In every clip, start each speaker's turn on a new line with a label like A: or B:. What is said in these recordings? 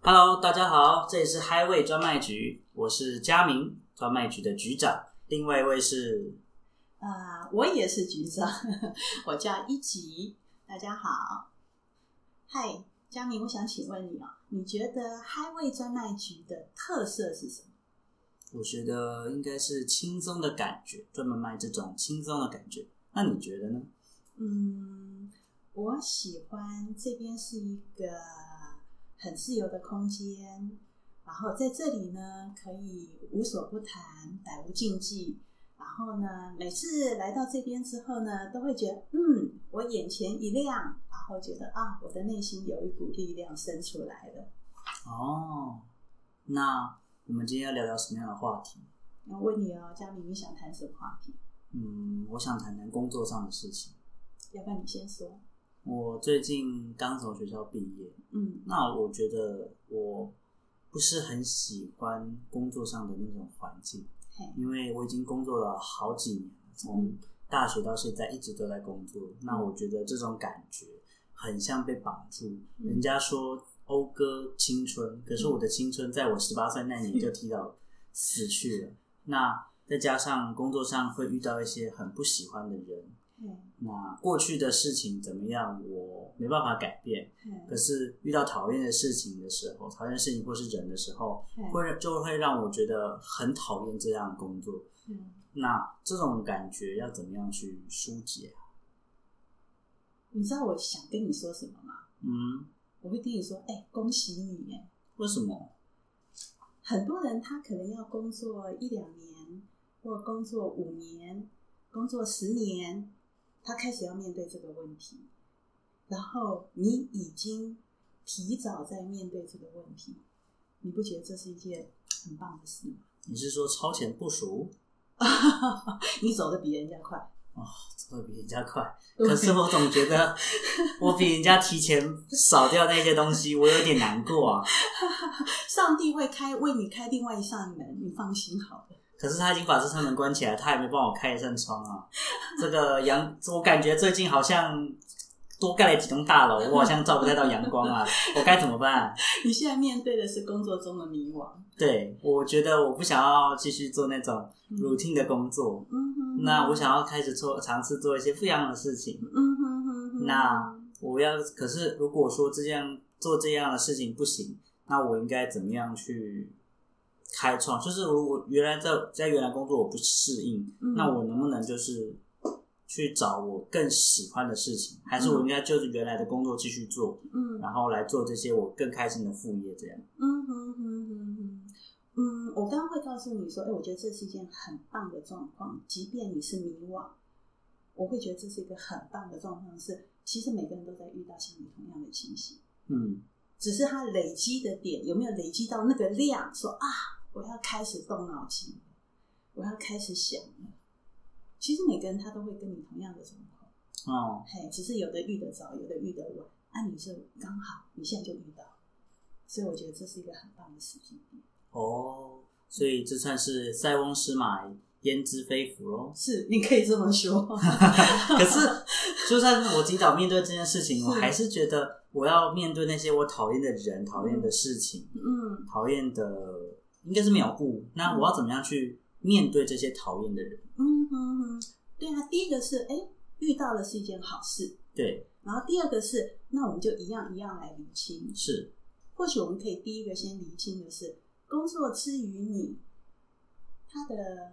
A: Hello，大家好，这里是 Highway 专卖局，我是佳明，专卖局的局长。另外一位是
B: 啊、我也是局长，我叫一吉。大家好，嗨，佳明，我想请问你哦，你觉得 Highway 专卖局的特色是什么？
A: 我觉得应该是轻松的感觉，专门卖这种轻松的感觉。那你觉得呢？
B: 嗯，我喜欢这边是一个很自由的空间，然后在这里呢可以无所不谈，百无禁忌。然后呢，每次来到这边之后呢，都会觉得嗯，我眼前一亮，然后觉得啊，我的内心有一股力量生出来了。
A: 哦，那我们今天要聊聊什么样的话题？
B: 那问你哦，佳明，你想谈什么话题？
A: 嗯，我想谈谈工作上的事情。
B: 要不然你先说。
A: 我最近刚从学校毕业，
B: 嗯
A: 那我觉得我不是很喜欢工作上的那种环境，
B: 嘿，
A: 因为我已经工作了好几年了，从
B: 嗯
A: 大学到现在一直都在工作。那我觉得这种感觉很像被绑住。
B: 嗯
A: 人家说讴歌青春，可是我的青春在我十八岁那年就提早死去
B: 嗯
A: 了。 那再加上工作上会遇到一些很不喜欢的人，
B: 嘿，
A: 那过去的事情怎么样，我没办法改变。可
B: 嘿，
A: 是遇到讨厌的事情的时候，讨厌的事情或是人的时候，
B: 嘿，
A: 会就会让我觉得很讨厌这样的工作。
B: 嗯
A: 那这种感觉要怎么样去疏解啊？
B: 你知道我想跟你说什么吗？
A: 嗯，
B: 我会跟你说，哎、恭喜你耶！
A: 为什么？
B: 很多人他可能要工作一两年，或工作五年，工作十年，他开始要面对这个问题，然后你已经提早在面对这个问题，你不觉得这是一件很棒的事吗？
A: 你是说超前部署？
B: 你走的比人家快，
A: 走的比人家快，可是我总觉得我比人家提前少掉那些东西，我有点难过啊。
B: 上帝会开为你开另外一扇门，你放心好了。
A: 可是他已经把这扇门关起来，他还没帮我开一扇窗啊。这个阳，我感觉最近好像多盖了几栋大楼，我好像照不太到阳光啊，我该怎么办？
B: 你现在面对的是工作中的迷惘，
A: 对，我觉得我不想要继续做那种
B: 嗯
A: routine 的工作，
B: 嗯哼
A: 那我，想要开始做尝试做一些不一样的事情。
B: 嗯哼哼哼，
A: 那我要，可是如果说这样做这样的事情不行，那我应该怎么样去开创？就是如果原来在在原来工作我不适应，
B: 嗯
A: 那我能不能就是去找我更喜欢的事情？还是我应该就是原来的工作继续做，
B: 嗯
A: 然后来做这些我更开心的副业？这样，
B: 嗯哼哼哼哼，嗯，我刚刚会告诉你说，哎、我觉得这是一件很棒的状况，即便你是迷惘，我会觉得这是一个很棒的状况，是其实每个人都在遇到像你同样的情形，
A: 嗯
B: 只是他累积的点有没有累积到那个量，说啊，我要开始动脑筋，我要开始想了。其实每个人他都会跟你同样的状况，
A: 哦，
B: 嘿，只是有的遇得早，有的遇得晚，啊，你就刚好你现在就遇到，所以我觉得这是一个很棒的时机点。
A: 哦，所以这算是塞翁失马焉知非福喽。
B: 是，你可以这么说。
A: 可是，就算我提早面对这件事情，
B: 是
A: 我还是觉得我要面对那些我讨厌的人、讨厌的事情、
B: 嗯
A: 讨厌的，应该是没有物。那我要怎么样去面对这些讨厌的人？
B: 嗯嗯嗯，对啊，第一个是哎、遇到了是一件好事，
A: 对，
B: 然后第二个是那我们就一样一样来厘清。
A: 是，
B: 或许我们可以第一个先厘清的是，工作之于你，它的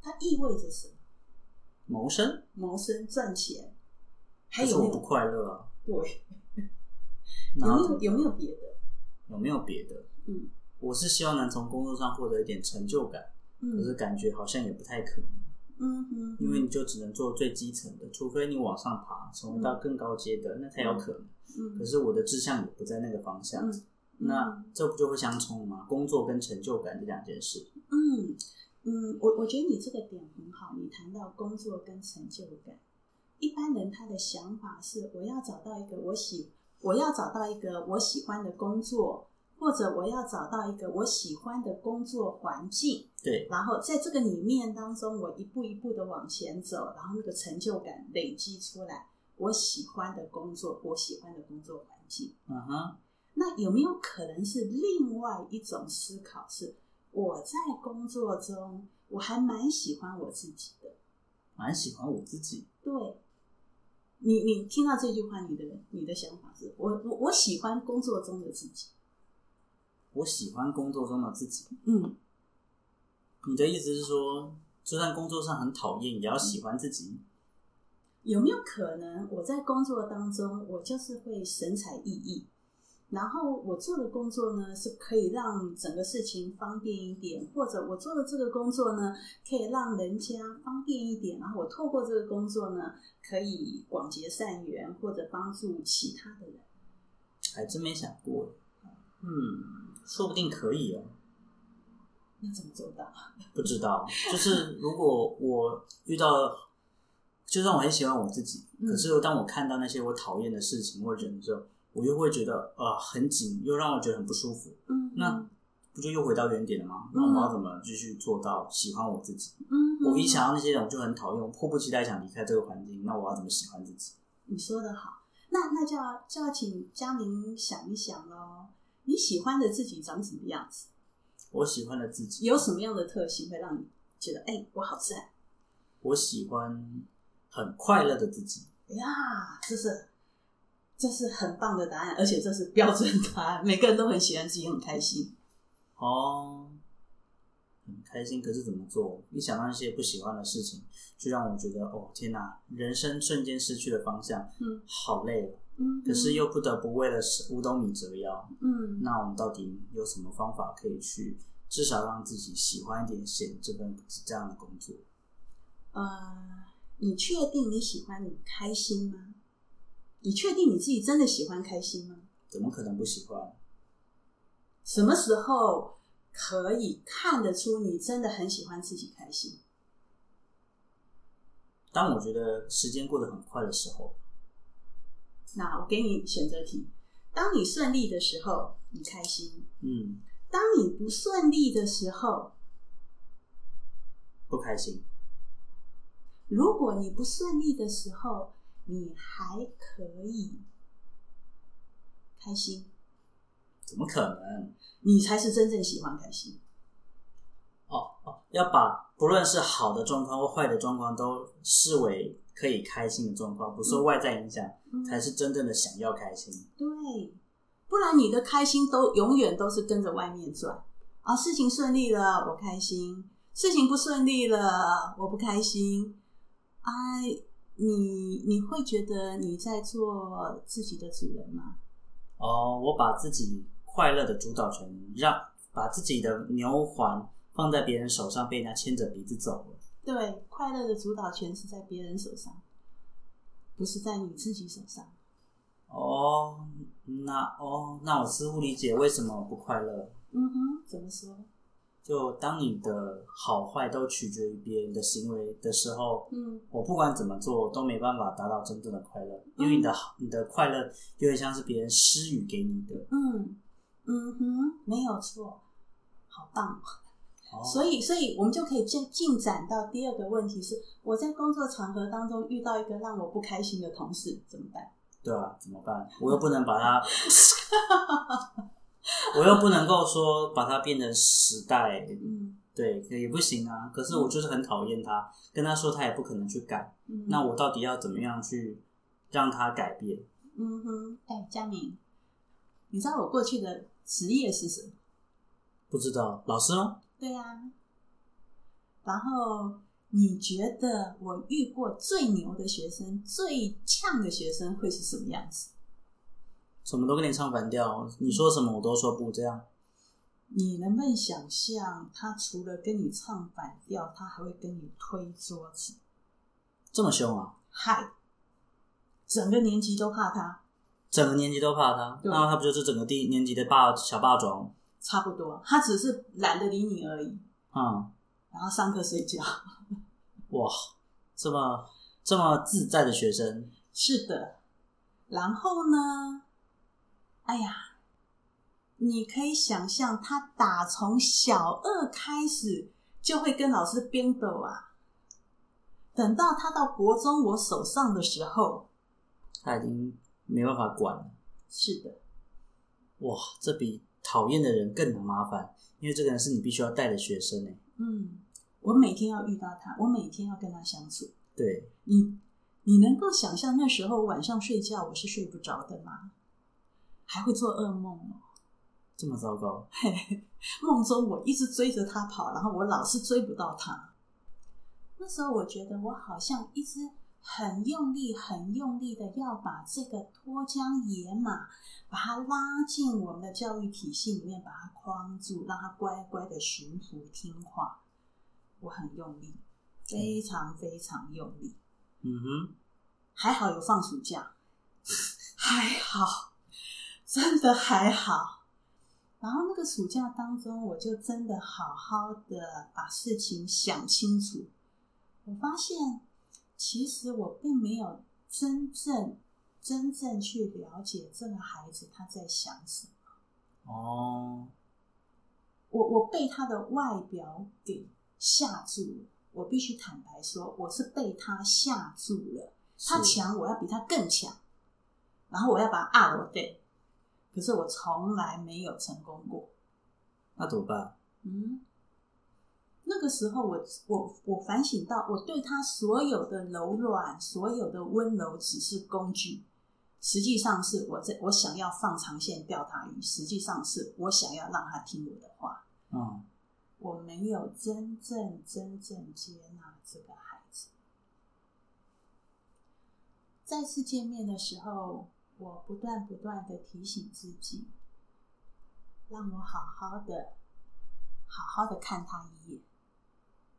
B: 它意味着什么？
A: 谋生，
B: 谋生赚钱，还
A: 可
B: 有
A: 是
B: 没
A: 我不
B: 有
A: 快乐啊。
B: 对？有
A: 然
B: 没
A: 后
B: 有有没有别的？
A: 有没有别的？
B: 嗯
A: 我是希望能从工作上获得一点成就感，可是
B: 嗯
A: 感觉好像也不太可能，
B: 嗯嗯，
A: 因为你就只能做最基层的，除非你往上爬，成为到更高阶的，那才有可能。
B: 嗯
A: 可是我的志向也不在那个方向。
B: 嗯
A: 那这不就会相冲吗？工作跟成就感这两件事，
B: 嗯，嗯，我我觉得你这个点很好，你谈到工作跟成就感。一般人他的想法是，我要找到一个我喜，我要找到一个我喜欢的工作，或者我要找到一个我喜欢的工作环境，
A: 对，
B: 然后在这个里面当中，我一步一步的往前走，然后那个成就感累积出来，我喜欢的工作，我喜欢的工作环境。
A: 嗯哼，
B: 那有没有可能是另外一种思考是？我在工作中，我还蛮喜欢我自己的。
A: 蛮喜欢我自己，
B: 对，你你听到这句话，你的你的想法是我我我喜欢工作中的自己。
A: 我喜欢工作中的自己。
B: 嗯，
A: 你的意思是说，就算工作上很讨厌，也要喜欢自己？
B: 有没有可能我在工作当中，我就是会神采奕奕，然后我做的工作呢是可以让整个事情方便一点，或者我做的这个工作呢可以让人家方便一点，然后我透过这个工作呢可以广结善缘，或者帮助其他的人。
A: 还真没想过。嗯，说不定可以哦，
B: 那怎么做到？
A: 不知道。就是如果我遇到，就算我很喜欢我自己，
B: 嗯
A: 可是当我看到那些我讨厌的事情或人的时候，我又会觉得呃很紧，又让我觉得很不舒服。
B: 嗯，
A: 那不就又回到原点了吗？那我们要怎么继续做到喜欢我自己？
B: 嗯，
A: 我一想到那些人，我就很讨厌，我迫不及待想离开这个环境。那我要怎么喜欢自己？
B: 你说的好，那那就要就要请佳明想一想喽。你喜欢的自己长什么样子？
A: 我喜欢的自己，
B: 有什么样的特性会让你觉得，哎、我好赞
A: 我喜欢很快乐的自己。
B: 呀？这是这是很棒的答案，而且这是标准答案，每个人都很喜欢自己，很开心。
A: 哦，很开心。可是怎么做？一想到那些不喜欢的事情，就让我觉得，哦，天哪，人生瞬间失去了方向，
B: 嗯
A: 好累哦。
B: 嗯
A: 可是又不得不为了五斗米折腰。
B: 嗯
A: 那我们到底有什么方法可以去至少让自己喜欢一点写这份这样的工作？
B: 呃，你确定你喜欢你开心吗？你确定你自己真的喜欢开心吗？
A: 怎么可能不喜欢？
B: 什么时候可以看得出你真的很喜欢自己开心？
A: 当我觉得时间过得很快的时候，
B: 那我给你选择题：当你顺利的时候，你开心；
A: 嗯，
B: 当你不顺利的时候，
A: 不开心，
B: 如果你不顺利的时候，你还可以开心，
A: 怎么可能？
B: 你才是真正喜欢开心。
A: 哦哦，要把不论是好的状况或坏的状况都视为可以开心的状况，不受外在影响，才是真正的想要开心。
B: 嗯对，不然你的开心都永远都是跟着外面转啊。事情顺利了，我开心；事情不顺利了，我不开心。啊，你你会觉得你在做自己的主人吗？
A: 哦，我把自己快乐的主导权让把自己的牛环放在别人手上，被人家牵着鼻子走了。
B: 对，快乐的主导权是在别人手上，不是在你自己手上。
A: 哦，那哦，那我似乎理解为什么不快乐。
B: 嗯哼，怎么说？
A: 就当你的好坏都取决于别人的行为的时候，
B: 嗯
A: 我不管怎么做都没办法达到真正的快乐，因为你的好你的快乐有点像是别人施予给你的。
B: 嗯嗯哼，没有错，好棒。
A: 哦、
B: 所以，所以我们就可以进进展到第二个问题是：我在工作场合当中遇到一个让我不开心的同事，怎么办？
A: 对啊，怎么办？我又不能把它， 我又不能够说把它变成时代，
B: 嗯
A: 对，也不行啊。可是我就是很讨厌他，跟他说他也不可能去改。
B: 嗯
A: 那我到底要怎么样去让他改变？
B: 嗯哼，哎，佳明，你知道我过去的职业是什么？
A: 不知道，老师哦吗？
B: 对啊呀、然后你觉得我遇过最牛的学生、最呛的学生会是什么样子？
A: 什么都跟你唱反调，哦你说什么我都说不这样。
B: 你能不能想象，他除了跟你唱反调，他还会跟你推桌子？
A: 这么凶啊！
B: 嗨，整个年级都怕他，
A: 整个年级都怕他，
B: 对
A: 那他不就是整个地年级的霸小霸总？
B: 差不多，他只是懒得理你而已，
A: 嗯，
B: 然后上课睡觉。
A: 哇，这么这么自在的学生，
B: 是的，然后呢？哎呀，你可以想象，他打从小二开始就会跟老师编斗啊。等到他到国中我手上的时候，
A: 他已经没办法管了。
B: 是的，
A: 哇，这比讨厌的人更麻烦，因为这个人是你必须要带的学生哎、
B: 嗯，我每天要遇到他，我每天要跟他相处。
A: 对，
B: 你你能够想象那时候晚上睡觉我是睡不着的吗？还会做噩梦哦，
A: 这么糟糕，
B: 梦中我一直追着他跑，然后我老是追不到他。那时候我觉得我好像一直很用力、很用力的要把这个脱缰野马，把它拉进我们的教育体系里面，把它框住，让它乖乖的驯服听话。我很用力，非常非常用力。
A: 嗯哼，
B: 还好有放暑假， 还好，真的还好。然后那个暑假当中，我就真的好好的把事情想清楚。我发现，其实我并没有真正真正去了解这个孩子他在想什么。
A: 哦，
B: 我我被他的外表给吓住了。我必须坦白说，我是被他吓住了。他
A: 是
B: 强，我要比他更强，然后我要把他按我对。可是我从来没有成功过。
A: 那怎么办？
B: 嗯，那个时候我我我反省到，我对他所有的柔软、所有的温柔只是工具，实际上是我在我想要放长线钓大鱼，实际上是我想要让他听我的话。
A: 嗯，
B: 我没有真正真正接纳这个孩子。再次见面的时候，我不断不断的提醒自己，让我好好的、好好的看他一眼。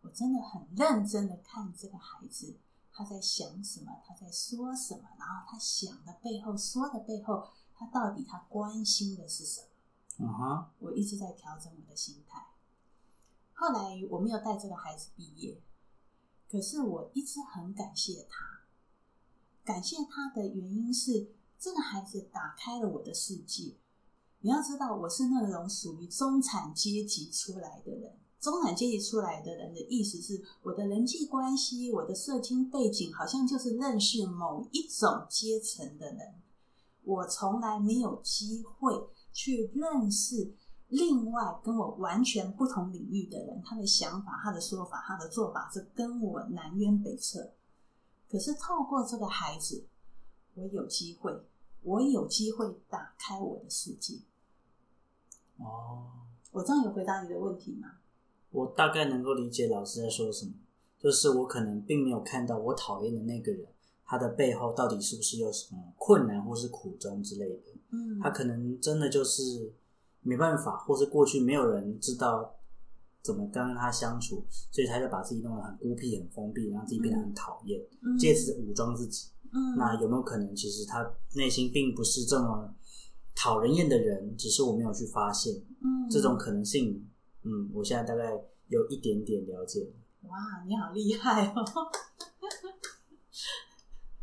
B: 我真的很认真的看这个孩子，他在想什么，他在说什么，然后他想的背后、说的背后，他到底他关心的是什么？
A: 嗯哼，
B: 我一直在调整我的心态。后来我没有带这个孩子毕业，可是我一直很感谢他。感谢他的原因是，这个孩子打开了我的世界。你要知道，我是那种属于中产阶级出来的人。中产阶级出来的人的意思是，我的人际关系、我的社经背景，好像就是认识某一种阶层的人。我从来没有机会去认识另外跟我完全不同领域的人，他的想法、他的说法、他的做法，这跟我南辕北辙。可是透过这个孩子，我有机会，我有机会打开我的世界。
A: 哦，
B: 我这样有回答你的问题吗？
A: 我大概能够理解老师在说什么，就是我可能并没有看到我讨厌的那个人，他的背后到底是不是有什么困难或是苦衷之类的。
B: 嗯
A: 他可能真的就是没办法，或是过去没有人知道怎么跟他相处，所以他就把自己弄得很孤僻、很封闭，让自己变得很讨厌，借此武装自己。
B: 嗯
A: 那有没有可能，其实他内心并不是这么讨人厌的人，只是我没有去发现
B: 嗯
A: 这种可能性？嗯，我现在大概有一点点了解。
B: 哇，啊你好厉害哦！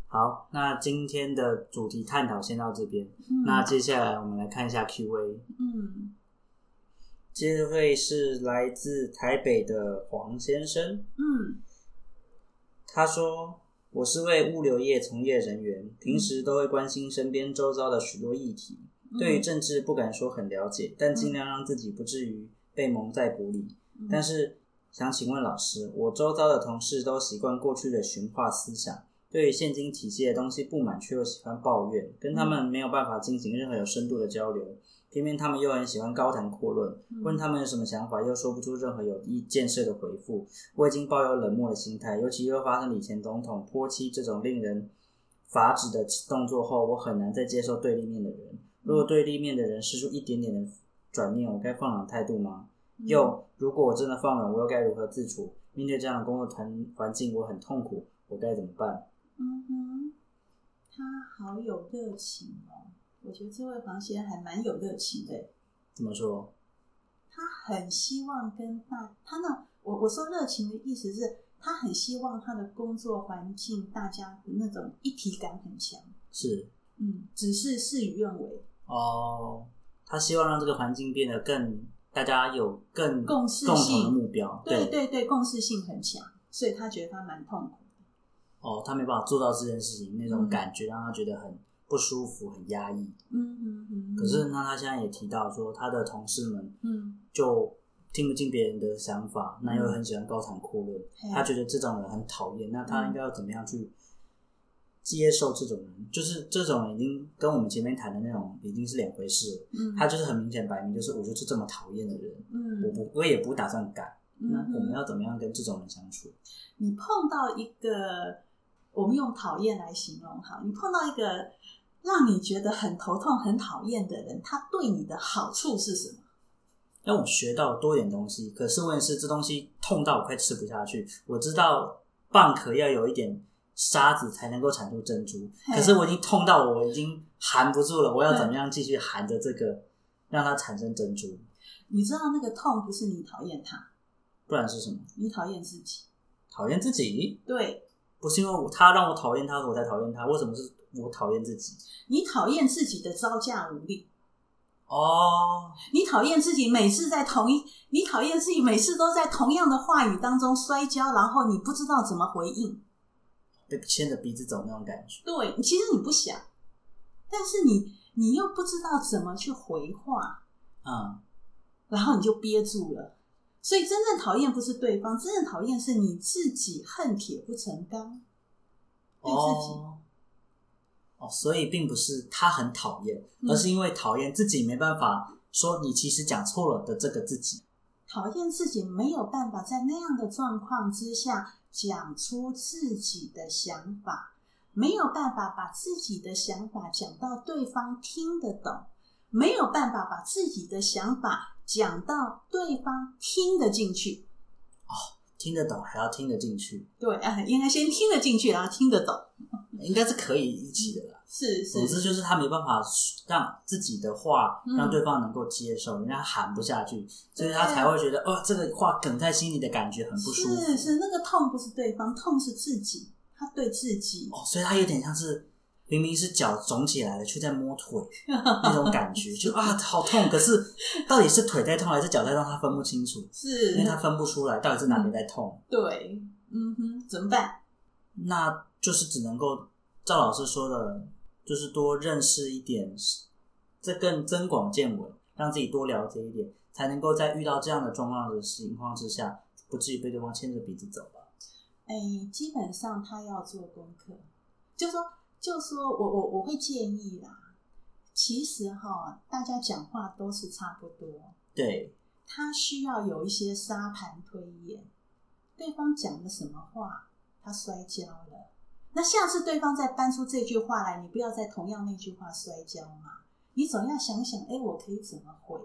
A: 好，那今天的主题探讨先到这边。那接下来我们来看一下 Q&A。
B: 嗯
A: 接着会是来自台北的黄先生，
B: 嗯
A: 他说：“我是位物流业从业人员，平时都会关心身边周遭的许多议题，
B: 嗯，
A: 对于政治不敢说很了解，但尽量让自己不至于被蒙在鼓里。
B: 嗯，
A: 但是想请问老师，我周遭的同事都习惯过去的驯化思想，对于现今体系的东西不满，却又喜欢抱怨，跟他们没有办法进行任何有深度的交流。偏偏他们又很喜欢高谈阔论，
B: 嗯
A: 问他们有什么想法，又说不出任何有意建设的回复。我已经抱有冷漠的心态，尤其又发生李前总统泼妻这种令人发指的动作后，我很难再接受对立面的人。
B: 嗯
A: 如果对立面的人施出一点点的转念，我该放软态度吗？
B: 嗯
A: 又，如果我真的放软，我又该如何自处？面对这样的工作团环境，我很痛苦，我该怎么办？
B: 嗯哼，他好有热情哦！我觉得这位黄先生还蛮有热情的。
A: 怎么说？
B: 他很希望跟大他呢，我我说热情的意思是，他很希望他的工作环境大家那种一体感很强。
A: 是
B: 嗯，只是事与愿违，
A: 哦，他希望让这个环境变得更，大家有更
B: 共识性
A: 共同的目标。
B: 对对对，共识性很强，所以他觉得他蛮痛苦的。
A: 哦，他没办法做到这件事情，那种
B: 嗯
A: 感觉让他觉得很不舒服、很压抑。
B: 嗯嗯嗯。
A: 可是，那他现在也提到说，他的同事们
B: 嗯，
A: 就听不进别人的想法，那又很喜欢高谈阔论，
B: 嘿啊
A: 他觉得这种人很讨厌，那
B: 嗯
A: 他应该要怎么样去接受这种人？就是这种人已经跟我们前面谈的那种已经是两回事了。
B: 嗯
A: 他就是很明显摆明就是我就是这么讨厌的人，
B: 嗯，
A: 我不我也不打算改。
B: 嗯
A: 那我
B: 哼
A: 们要怎么样跟这种人相处？
B: 你碰到一个，我们用讨厌来形容哈，你碰到一个让你觉得很头痛、很讨厌的人，他对你的好处是什么？
A: 让我学到多点东西。可是问题是，这东西痛到我快吃不下去。我知道蚌壳要有一点沙子才能够产出珍珠，
B: 嘿
A: 可是我已经痛到我已经含不住了。我要怎么样继续含着这个，让它产生珍珠？
B: 你知道那个痛不是你讨厌他，
A: 不然是什么？
B: 你讨厌自己。
A: 讨厌自己？
B: 对
A: 不是因为我他让我讨厌他，我才讨厌他。为什么是我讨厌自己？
B: 你讨厌自己的招架无力，
A: 哦，
B: 你讨厌自己每次在同一，你讨厌自己每次都在同样的话语当中摔跤，然后你不知道怎么回应。
A: 被牵着鼻子走那种感觉。
B: 对，其实你不想，但是你你又不知道怎么去回话。
A: 嗯，
B: 然后你就憋住了。所以真正讨厌不是对方，真正讨厌是你自己恨铁不成钢，对自己。
A: 哦哦，所以并不是他很讨厌，
B: 嗯
A: 而是因为讨厌自己没办法说你其实讲错了的这个自己。
B: 讨厌自己没有办法在那样的状况之下讲出自己的想法，没有办法把自己的想法讲到对方听得懂，没有办法把自己的想法讲到对方听得进去。
A: 听得懂还要听得进去，
B: 对，啊，应该先听得进去，然后听得懂。
A: 应该是可以一起的啦。
B: 是是
A: 总之就是他没办法让自己的话
B: 嗯啊
A: 让对方能够接受，人家喊不下去，所以他才会觉得哦，这个话梗在心里的感觉很不舒服。
B: 是是，那个痛不是对方，痛是自己，他对自己。
A: 哦，所以他有点像是明明是脚肿起来了，却在摸 腿那种感觉，就啊好痛，可是到底是腿在痛还是脚在痛，他分不清楚。
B: 是
A: 因为他分不出来到底是哪边在痛，
B: 对，嗯哼，怎么办？
A: 那就是只能够赵老师说的，就是多认识一点，这更增广见闻，让自己多了解一点，才能够在遇到这样的状况的情况之下，不至于被对方牵着鼻子走吧。
B: 哎，基本上他要做功课，就说就说我我我会建议啦。其实哈，大家讲话都是差不多，
A: 对，
B: 他需要有一些沙盘推演，对方讲了什么话，他摔跤了。那下次对方再搬出这句话来，你不要再同样那句话摔跤嘛。你总要想想，哎，我可以怎么回？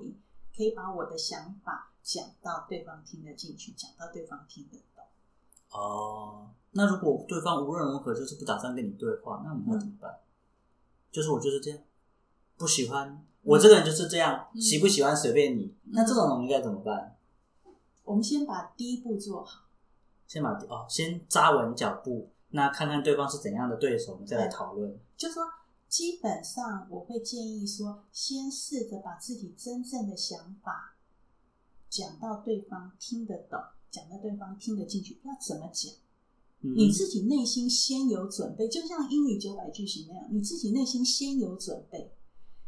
B: 可以把我的想法讲到对方听得进去，讲到对方听得懂。
A: 哦，那如果对方无论如何就是不打算跟你对话，那我们会怎么办？就是我就是这样，不喜欢我这个人就是这样，
B: 嗯
A: 喜不喜欢随便你。那这种我们应该怎么办？
B: 我们先把第一步做好，
A: 先把哦，先扎稳脚步，那看看对方是怎样的对手，我们再来讨论。
B: 就说基本上我会建议说，先试着把自己真正的想法讲到对方听得懂，讲到对方听得进去，要怎么讲？
A: 嗯
B: 你自己内心先有准备，就像英语九百句型那样，你自己内心先有准备。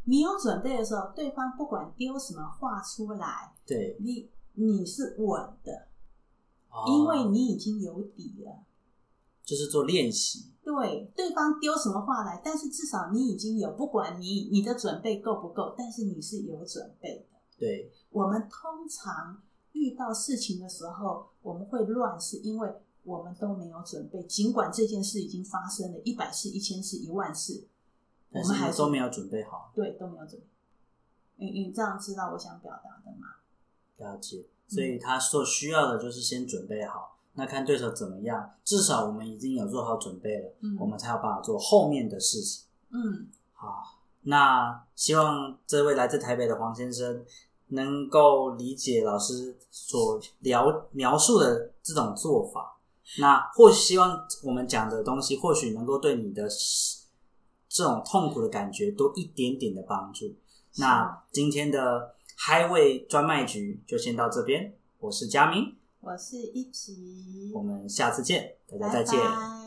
B: 你有准备的时候，对方不管丢什么话出来，
A: 对，
B: 你你是稳的，
A: 哦
B: 因为你已经有底了。
A: 就是做练习，
B: 对，对方丢什么话来，但是至少你已经有，不管你你的准备够不够，但是你是有准备的。
A: 对，
B: 我们通常遇到事情的时候，我们会乱，是因为我们都没有准备。尽管这件事已经发生了一百次、一千次、一万次，我
A: 但
B: 们还
A: 是
B: 是
A: 都没有准备好，
B: 对都没有准备。你你这样知道我想表达的吗？
A: 了解。
B: 嗯
A: 所以他所需要的就是先准备好，那看对手怎么样，至少我们已经有做好准备了，
B: 嗯
A: 我们才有办法做后面的事情。
B: 嗯，
A: 好，那希望这位来自台北的黄先生能够理解老师所聊描述的这种做法。那或许希望我们讲的东西，或许能够对你的这种痛苦的感觉多一点点的帮助。那今天的 Highway 专卖局就先到这边，我是佳明，
B: 我是一直，
A: 我们下次见，大家再见。
B: 拜拜